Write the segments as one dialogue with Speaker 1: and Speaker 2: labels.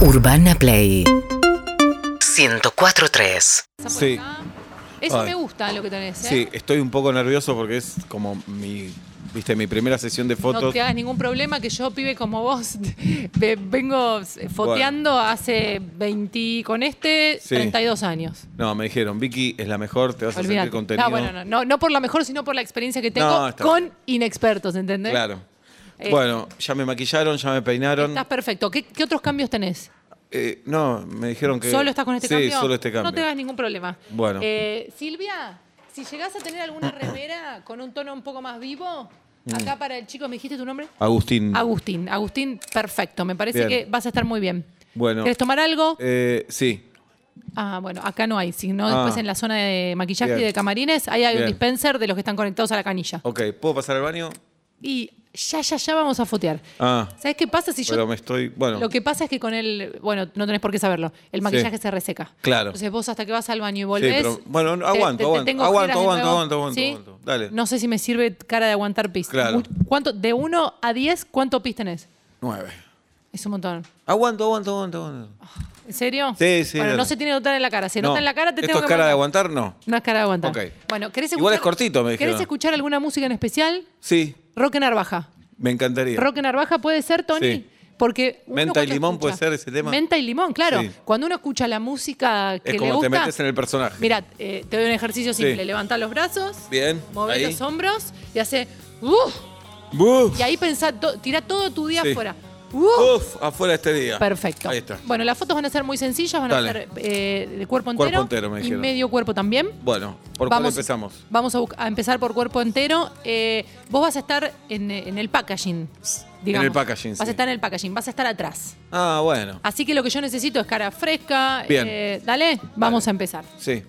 Speaker 1: Urbana Play 104.3
Speaker 2: Sí,
Speaker 3: Eso
Speaker 2: Ay.
Speaker 3: me gusta lo que tenés, ¿eh?
Speaker 2: sí, estoy un poco nervioso porque es como mi, viste, mi primera sesión de
Speaker 3: No
Speaker 2: fotos.
Speaker 3: te hagas ningún problema que yo, pibe como vos, ve- vengo eh, foteando hace 20 con este
Speaker 2: Sí.
Speaker 3: 32 años.
Speaker 2: No, me dijeron, Vicky es la mejor, te vas a
Speaker 3: Olvídate.
Speaker 2: sentir contenido.
Speaker 3: No, bueno, no, no, no por la mejor, sino por la experiencia que tengo
Speaker 2: No, está
Speaker 3: con inexpertos, ¿entendés?
Speaker 2: Claro.
Speaker 3: Eh,
Speaker 2: bueno, ya me maquillaron, ya me peinaron.
Speaker 3: Estás perfecto. ¿Qué, qué otros cambios tenés?
Speaker 2: Eh, no, me dijeron que.
Speaker 3: ¿Solo estás con este
Speaker 2: sí,
Speaker 3: cambio?
Speaker 2: solo este cambio.
Speaker 3: No te hagas ningún problema.
Speaker 2: Bueno.
Speaker 3: Eh, Silvia, si llegás a tener alguna remera con un tono un poco más vivo,
Speaker 2: Mm.
Speaker 3: acá para el chico, ¿me dijiste tu nombre?
Speaker 2: Agustín.
Speaker 3: Agustín, Agustín, perfecto. Me parece
Speaker 2: Bien.
Speaker 3: que vas a estar muy bien.
Speaker 2: Bueno.
Speaker 3: ¿Quieres tomar algo?
Speaker 2: Eh, sí,
Speaker 3: Ah, bueno, acá no hay, sino
Speaker 2: Ah.
Speaker 3: después en la zona de maquillaje
Speaker 2: Bien.
Speaker 3: y de camarines, ahí hay un
Speaker 2: Bien. Oh.
Speaker 3: dispenser de los que están conectados a la canilla.
Speaker 2: ok. ¿Puedo pasar al baño?
Speaker 3: Y ya, ya, ya vamos a fotear.
Speaker 2: Ah.
Speaker 3: ¿Sabes qué pasa si yo.?
Speaker 2: Pero me estoy. Bueno,
Speaker 3: Lo que pasa es que con el. Bueno, no tenés por qué saberlo. El maquillaje se reseca.
Speaker 2: Claro.
Speaker 3: Entonces vos hasta que vas al baño y volvés.
Speaker 2: pero- bueno,
Speaker 3: te- te-
Speaker 2: aguanto,
Speaker 3: te
Speaker 2: aguanto,
Speaker 3: tengo
Speaker 2: aguanto,
Speaker 3: ojeras de
Speaker 2: aguanto,
Speaker 3: nuevo.
Speaker 2: aguanto, aguanto, aguanto. Dale.
Speaker 3: No sé si me sirve cara de aguantar pis.
Speaker 2: Claro.
Speaker 3: Mu- ¿Cuánto, de 1 a 10, ¿cuánto pis tenés?
Speaker 2: nueve.
Speaker 3: Es un montón.
Speaker 2: Aguanto, aguanto, aguanto, aguanto.
Speaker 3: ¿En serio?
Speaker 2: Sí, sí,
Speaker 3: Bueno,
Speaker 2: dale.
Speaker 3: no se tiene que notar en la cara. Se
Speaker 2: No,
Speaker 3: nota en la cara, te
Speaker 2: ¿Esto
Speaker 3: tengo
Speaker 2: es
Speaker 3: que
Speaker 2: cara de
Speaker 3: mandar.
Speaker 2: aguantar? No.
Speaker 3: No es cara de aguantar.
Speaker 2: Ok.
Speaker 3: Bueno, ¿querés
Speaker 2: Igual es
Speaker 3: escuchar-
Speaker 2: cortito, me dijeron.
Speaker 3: ¿Querés escuchar alguna música en especial?
Speaker 2: Sí,
Speaker 3: Rock en Arbaja.
Speaker 2: me encantaría.
Speaker 3: Rock en Arbaja puede ser, Tony.
Speaker 2: Sí.
Speaker 3: Porque uno
Speaker 2: Menta y
Speaker 3: cuando
Speaker 2: limón puede ser ese tema.
Speaker 3: Menta y limón, claro.
Speaker 2: Sí.
Speaker 3: Cuando uno escucha la música que
Speaker 2: es
Speaker 3: le
Speaker 2: como
Speaker 3: gusta.
Speaker 2: te metes en el personaje.
Speaker 3: Mira, te doy un ejercicio
Speaker 2: Sí.
Speaker 3: simple. Levanta los brazos,
Speaker 2: Bien,
Speaker 3: mover
Speaker 2: ahí.
Speaker 3: los hombros y hace. "Uf",
Speaker 2: ¡Buf!
Speaker 3: y ahí pensá, to- tira todo tu día
Speaker 2: Sí.
Speaker 3: afuera. Uh, "Uf",
Speaker 2: Uf, afuera este día.
Speaker 3: Perfecto.
Speaker 2: Ahí está.
Speaker 3: Bueno, las fotos van a ser muy sencillas, van
Speaker 2: Dale.
Speaker 3: a ser eh, de cuerpo
Speaker 2: Cuerpo
Speaker 3: entero,
Speaker 2: entero, me
Speaker 3: y
Speaker 2: dijeron.
Speaker 3: medio cuerpo también.
Speaker 2: Bueno, ¿por cuál empezamos?
Speaker 3: Vamos a, bu- a empezar por cuerpo entero. Eh, vos vas a estar en, eh, en el packaging, digamos.
Speaker 2: el packaging,
Speaker 3: Vas
Speaker 2: sí.
Speaker 3: a estar en el packaging, vas a estar atrás.
Speaker 2: Ah, bueno.
Speaker 3: Así que lo que yo necesito es cara fresca.
Speaker 2: Bien.
Speaker 3: eh, dale, vamos a empezar.
Speaker 2: Sí,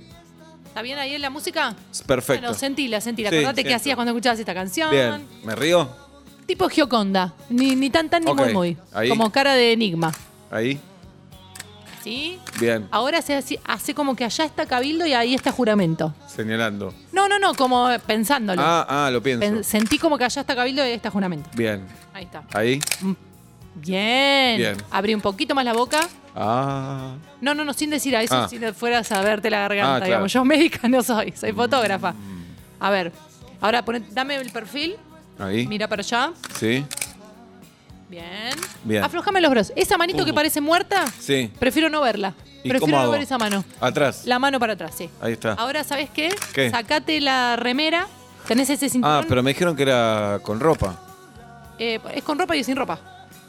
Speaker 3: ¿Está bien ahí en la música?
Speaker 2: es perfecto.
Speaker 3: Bueno, sentila, sentila.
Speaker 2: Sí,
Speaker 3: Acordate que
Speaker 2: siento.
Speaker 3: hacías cuando escuchabas esta canción.
Speaker 2: Bien, ¿me río?
Speaker 3: Tipo Gioconda. Ni, ni tan tan ni
Speaker 2: Ok,
Speaker 3: muy muy.
Speaker 2: ahí.
Speaker 3: Como cara de enigma.
Speaker 2: Ahí,
Speaker 3: ¿Sí?
Speaker 2: bien,
Speaker 3: Ahora se hace, hace como que allá está cabildo y ahí está juramento.
Speaker 2: señalando.
Speaker 3: No, no, no, como pensándolo.
Speaker 2: Ah, ah, lo pienso.
Speaker 3: Pen- sentí como que allá está cabildo y ahí está juramento.
Speaker 2: Bien,
Speaker 3: Ahí está.
Speaker 2: ahí.
Speaker 3: Bien.
Speaker 2: Bien.
Speaker 3: Abrí un poquito más la boca.
Speaker 2: Ah,
Speaker 3: No, no, no, sin decir a eso,
Speaker 2: Ah.
Speaker 3: si no fueras a verte la garganta,
Speaker 2: Ah, claro. Mm.
Speaker 3: digamos. Yo médica no soy, soy fotógrafa. A ver, ahora poné- dame el perfil,
Speaker 2: ahí.
Speaker 3: mira para allá.
Speaker 2: Sí,
Speaker 3: Bien.
Speaker 2: Bien.
Speaker 3: Aflojame los brazos. Esa manito que
Speaker 2: Uh.
Speaker 3: parece muerta,
Speaker 2: sí.
Speaker 3: prefiero no verla.
Speaker 2: ¿Y
Speaker 3: Prefiero
Speaker 2: cómo
Speaker 3: no
Speaker 2: hago?
Speaker 3: ver esa mano.
Speaker 2: Atrás.
Speaker 3: La mano para atrás, sí.
Speaker 2: Ahí está.
Speaker 3: Ahora, ¿sabes qué?
Speaker 2: ¿Qué?
Speaker 3: Sacate la remera. Tenés ese cinturón.
Speaker 2: Ah, pero me dijeron que era con ropa.
Speaker 3: Eh, es con ropa y sin ropa.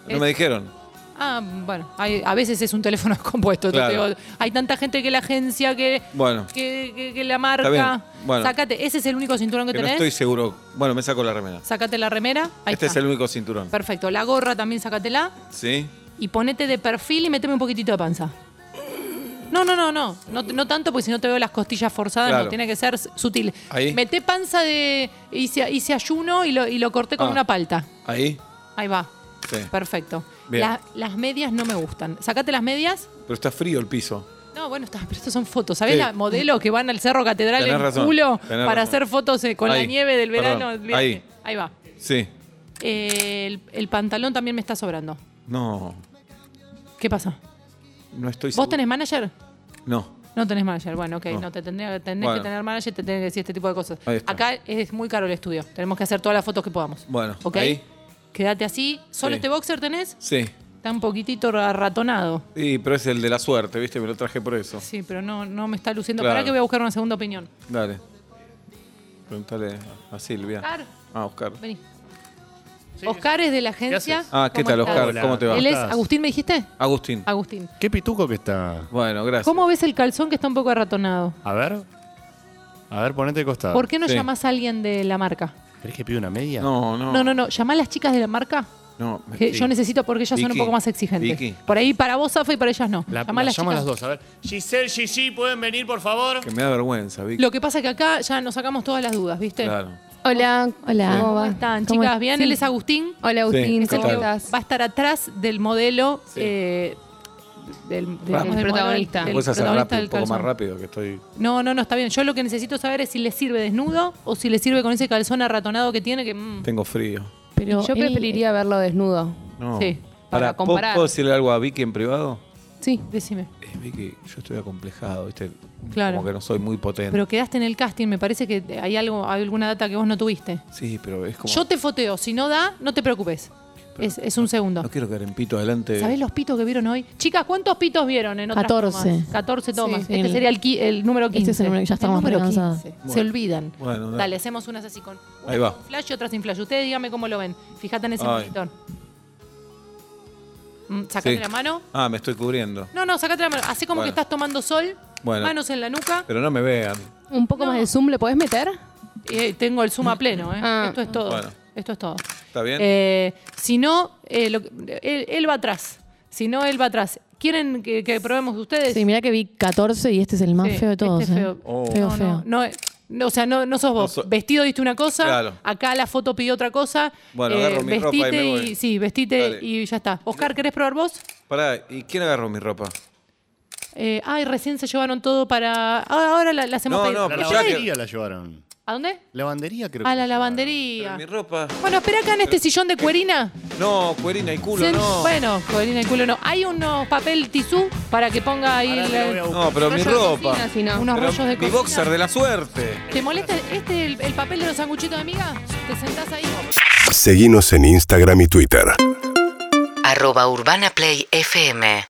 Speaker 2: No
Speaker 3: Es-
Speaker 2: me dijeron.
Speaker 3: Ah, bueno, hay- a veces es un teléfono descompuesto. te
Speaker 2: Claro.
Speaker 3: digo. hay tanta gente que la agencia, que,
Speaker 2: Bueno.
Speaker 3: que, que- que la marca.
Speaker 2: bien, bueno.
Speaker 3: Sácate, ese es el único cinturón que,
Speaker 2: Que no
Speaker 3: tenés.
Speaker 2: estoy seguro. Bueno, me saco la remera.
Speaker 3: Sácate la remera. Ahí
Speaker 2: este es
Speaker 3: está.
Speaker 2: el único cinturón.
Speaker 3: Perfecto. La gorra también sácatela.
Speaker 2: Sí.
Speaker 3: Y ponete de perfil y meteme un poquitito de panza. No, no, no, no. No, no tanto porque si no te veo las costillas forzadas,
Speaker 2: Claro.
Speaker 3: no, tiene que ser s- sutil.
Speaker 2: Ahí.
Speaker 3: Meté panza de. Hice, hice ayuno y lo, y lo corté con
Speaker 2: Ah.
Speaker 3: una palta.
Speaker 2: Ahí.
Speaker 3: Ahí va.
Speaker 2: Sí.
Speaker 3: Perfecto.
Speaker 2: Bien.
Speaker 3: La- las medias no me gustan. Sacate las medias.
Speaker 2: Pero está frío el piso.
Speaker 3: No, bueno, está, pero estas son fotos. ¿Sabés
Speaker 2: Sí.
Speaker 3: la modelo que van al Cerro Catedral
Speaker 2: Tenés
Speaker 3: en
Speaker 2: razón,
Speaker 3: culo
Speaker 2: tenés
Speaker 3: para
Speaker 2: razón.
Speaker 3: hacer fotos eh, con la
Speaker 2: Ahí.
Speaker 3: nieve del
Speaker 2: Perdón,
Speaker 3: verano? Olvídate.
Speaker 2: ahí.
Speaker 3: Ahí va.
Speaker 2: Sí.
Speaker 3: Eh, el, el pantalón también me está sobrando.
Speaker 2: No,
Speaker 3: ¿Qué pasa?
Speaker 2: no estoy
Speaker 3: ¿Vos
Speaker 2: seguro.
Speaker 3: tenés manager?
Speaker 2: No.
Speaker 3: No tenés manager. Bueno, ok, no,
Speaker 2: No.
Speaker 3: te tendría, tenés
Speaker 2: Bueno.
Speaker 3: que tener manager, te tenés que decir este tipo de cosas.
Speaker 2: Ahí está.
Speaker 3: Acá es muy caro el estudio. Tenemos que hacer todas las fotos que podamos.
Speaker 2: Bueno,
Speaker 3: ¿Ok?
Speaker 2: ahí.
Speaker 3: Quédate así. ¿Solo
Speaker 2: Sí.
Speaker 3: este boxer tenés?
Speaker 2: Sí.
Speaker 3: Está un poquitito ratonado.
Speaker 2: Sí, pero es el de la suerte, ¿viste? Me lo traje por eso.
Speaker 3: Sí, pero no, no me está luciendo.
Speaker 2: Claro.
Speaker 3: Pará que voy a buscar una segunda opinión.
Speaker 2: Dale. Preguntale a Silvia.
Speaker 3: Oscar.
Speaker 2: A Oscar.
Speaker 3: Vení. Oscar es de la agencia.
Speaker 4: haces?
Speaker 2: Ah, ¿qué
Speaker 3: ¿Cómo
Speaker 2: tal,
Speaker 3: estás? e-
Speaker 2: Oscar?
Speaker 4: Hola.
Speaker 2: ¿Cómo te va?
Speaker 3: Él es
Speaker 4: estás?
Speaker 3: Agustín, ¿me dijiste?
Speaker 2: Agustín.
Speaker 3: Agustín.
Speaker 4: Qué pituco que está.
Speaker 2: Bueno, gracias.
Speaker 3: ¿Cómo ves el calzón que está un poco arratonado?
Speaker 4: A ver. A ver, ponete de costado.
Speaker 3: ¿Por qué no
Speaker 2: Sí.
Speaker 3: llamás a alguien de la marca?
Speaker 4: ¿Querés que pida una media?
Speaker 2: No, no.
Speaker 3: No, no, no. Llamá a las chicas de la marca
Speaker 2: No,
Speaker 3: que
Speaker 4: Sí.
Speaker 3: yo necesito porque ellas son un
Speaker 2: Vicky,
Speaker 3: poco más exigentes.
Speaker 2: Vicky.
Speaker 3: Por ahí para vos, Zafa, y para ellas no.
Speaker 4: La,
Speaker 3: Llamá a
Speaker 4: la
Speaker 3: las
Speaker 4: llaman
Speaker 3: chicas.
Speaker 4: las dos. A ver. Giselle, Gigi, ¿pueden venir, por favor?
Speaker 2: que me da vergüenza, Vicky.
Speaker 3: Lo Ah, que pasa es que acá ya nos sacamos todas las dudas, ¿viste?
Speaker 2: Claro.
Speaker 5: Hola, hola.
Speaker 2: Sí.
Speaker 5: ¿Cómo,
Speaker 3: ¿Cómo
Speaker 5: va?
Speaker 3: están,
Speaker 5: ¿Cómo
Speaker 3: chicas?
Speaker 5: es-
Speaker 3: ¿Bien?
Speaker 5: sí.
Speaker 3: Él es Agustín.
Speaker 5: Hola, Agustín.
Speaker 2: ¿qué
Speaker 5: ¿Cómo
Speaker 2: tal?
Speaker 5: estás?
Speaker 3: Va a estar atrás del modelo.
Speaker 2: Sí.
Speaker 3: eh, del, del-
Speaker 2: Ah.
Speaker 3: del
Speaker 5: protagonista.
Speaker 3: modelo- del
Speaker 2: Puedes hacer
Speaker 3: protagonista
Speaker 2: rápido,
Speaker 3: del
Speaker 2: un poco más
Speaker 3: calzón.
Speaker 2: rápido que estoy.
Speaker 3: No, no, no, está bien. Yo lo que necesito saber es si le sirve desnudo o si le sirve con ese calzón arratonado que tiene que... mm,
Speaker 2: Tengo frío.
Speaker 5: Yo
Speaker 3: él-
Speaker 1: eh,
Speaker 5: preferiría verlo desnudo.
Speaker 2: No.
Speaker 3: Sí,
Speaker 5: para
Speaker 2: Pará, ¿puedo-
Speaker 5: comparar.
Speaker 2: ¿Puedo decirle algo a Vicky en privado?
Speaker 3: Sí, decime.
Speaker 2: Es vi que yo estoy acomplejado, ¿viste?
Speaker 3: Claro.
Speaker 2: Como que no soy muy potente.
Speaker 3: Pero quedaste en el casting, me parece que hay algo, hay alguna data que vos no tuviste.
Speaker 2: sí, pero es como.
Speaker 3: Yo te foteo, si no da, no te preocupes. Es, es un segundo.
Speaker 2: No quiero quedar en pito adelante.
Speaker 3: ¿Sabés los pitos que vieron hoy? Chicas, ¿cuántos pitos vieron en otras
Speaker 1: 14.
Speaker 3: tomas? 14 tomas.
Speaker 1: Sí.
Speaker 3: este
Speaker 1: El-
Speaker 3: sería el, qui- el número 15.
Speaker 1: Este es el número- ya estamos
Speaker 3: número
Speaker 1: re cansadas.
Speaker 3: 15. Se
Speaker 2: Bueno.
Speaker 3: olvidan.
Speaker 2: Bueno,
Speaker 3: Dale, hacemos unas así con una
Speaker 2: Ahí va.
Speaker 3: con flash y otra sin flash. Ustedes díganme cómo lo ven. Fíjate en ese
Speaker 2: Ay.
Speaker 3: monitor. Mm, Sacate
Speaker 2: Sí.
Speaker 3: la mano.
Speaker 2: Ah, me estoy cubriendo.
Speaker 3: No, no, sacate la mano. Hacé como
Speaker 2: Bueno.
Speaker 3: que estás tomando sol.
Speaker 2: Bueno.
Speaker 3: Manos en la nuca.
Speaker 2: Pero no me vean.
Speaker 1: Un poco
Speaker 3: No.
Speaker 1: más de zoom, ¿le podés meter?
Speaker 3: Eh, tengo el suma pleno, ¿eh?
Speaker 1: Ah.
Speaker 3: Esto es todo.
Speaker 2: Bueno.
Speaker 3: Esto es todo.
Speaker 2: ¿Está bien?
Speaker 3: Eh, si no, eh, lo- él, él va atrás. Si no, él va atrás. ¿Quieren que, que probemos ustedes?
Speaker 1: Sí, mirá que vi 14 y este es el más
Speaker 3: Sí,
Speaker 1: feo de todos.
Speaker 3: este es
Speaker 1: eh.
Speaker 3: feo.
Speaker 2: Oh.
Speaker 1: feo.
Speaker 3: no,
Speaker 1: feo.
Speaker 3: no, no, eh, no, o sea, no, no sos vos.
Speaker 2: No soy-
Speaker 3: Vestido diste una cosa,
Speaker 2: Claro.
Speaker 3: acá la foto pidió otra cosa. Eh,
Speaker 2: Bueno, agarro mi ropa y
Speaker 3: vestite
Speaker 2: me voy.
Speaker 3: sí, vestite
Speaker 2: Dale.
Speaker 3: y ya está. Oscar, ¿querés probar vos?
Speaker 2: Pará, ¿y quién agarró mi ropa?
Speaker 3: Eh, ay, recién se llevaron todo para. Ahora, ahora la, la hacemos
Speaker 2: No,
Speaker 3: pedir.
Speaker 2: no,
Speaker 4: La
Speaker 2: pero
Speaker 3: Espera,
Speaker 2: ya que-
Speaker 4: lavandería la llevaron.
Speaker 3: ¿A dónde?
Speaker 4: Lavandería creo que
Speaker 3: A la
Speaker 4: llevaron.
Speaker 3: lavandería.
Speaker 2: Pero mi ropa.
Speaker 3: Bueno, espera acá en este sillón de cuerina.
Speaker 2: No, cuerina y culo,
Speaker 3: Sen-
Speaker 2: no.
Speaker 3: Bueno, cuerina y culo no. Hay unos papel tisú para que ponga ahí
Speaker 4: Ahora te
Speaker 3: la-
Speaker 4: lo voy a buscar.
Speaker 2: No, pero mi ropa.
Speaker 3: unos
Speaker 2: Pero
Speaker 3: rollos de
Speaker 2: mi
Speaker 3: cocina.
Speaker 2: boxer de la suerte.
Speaker 3: ¿Te molesta este el, el papel de los sanguchitos de amiga? ¿Te sentás ahí?
Speaker 5: Seguinos en Instagram y Twitter.
Speaker 6: arroba urbanaplayfm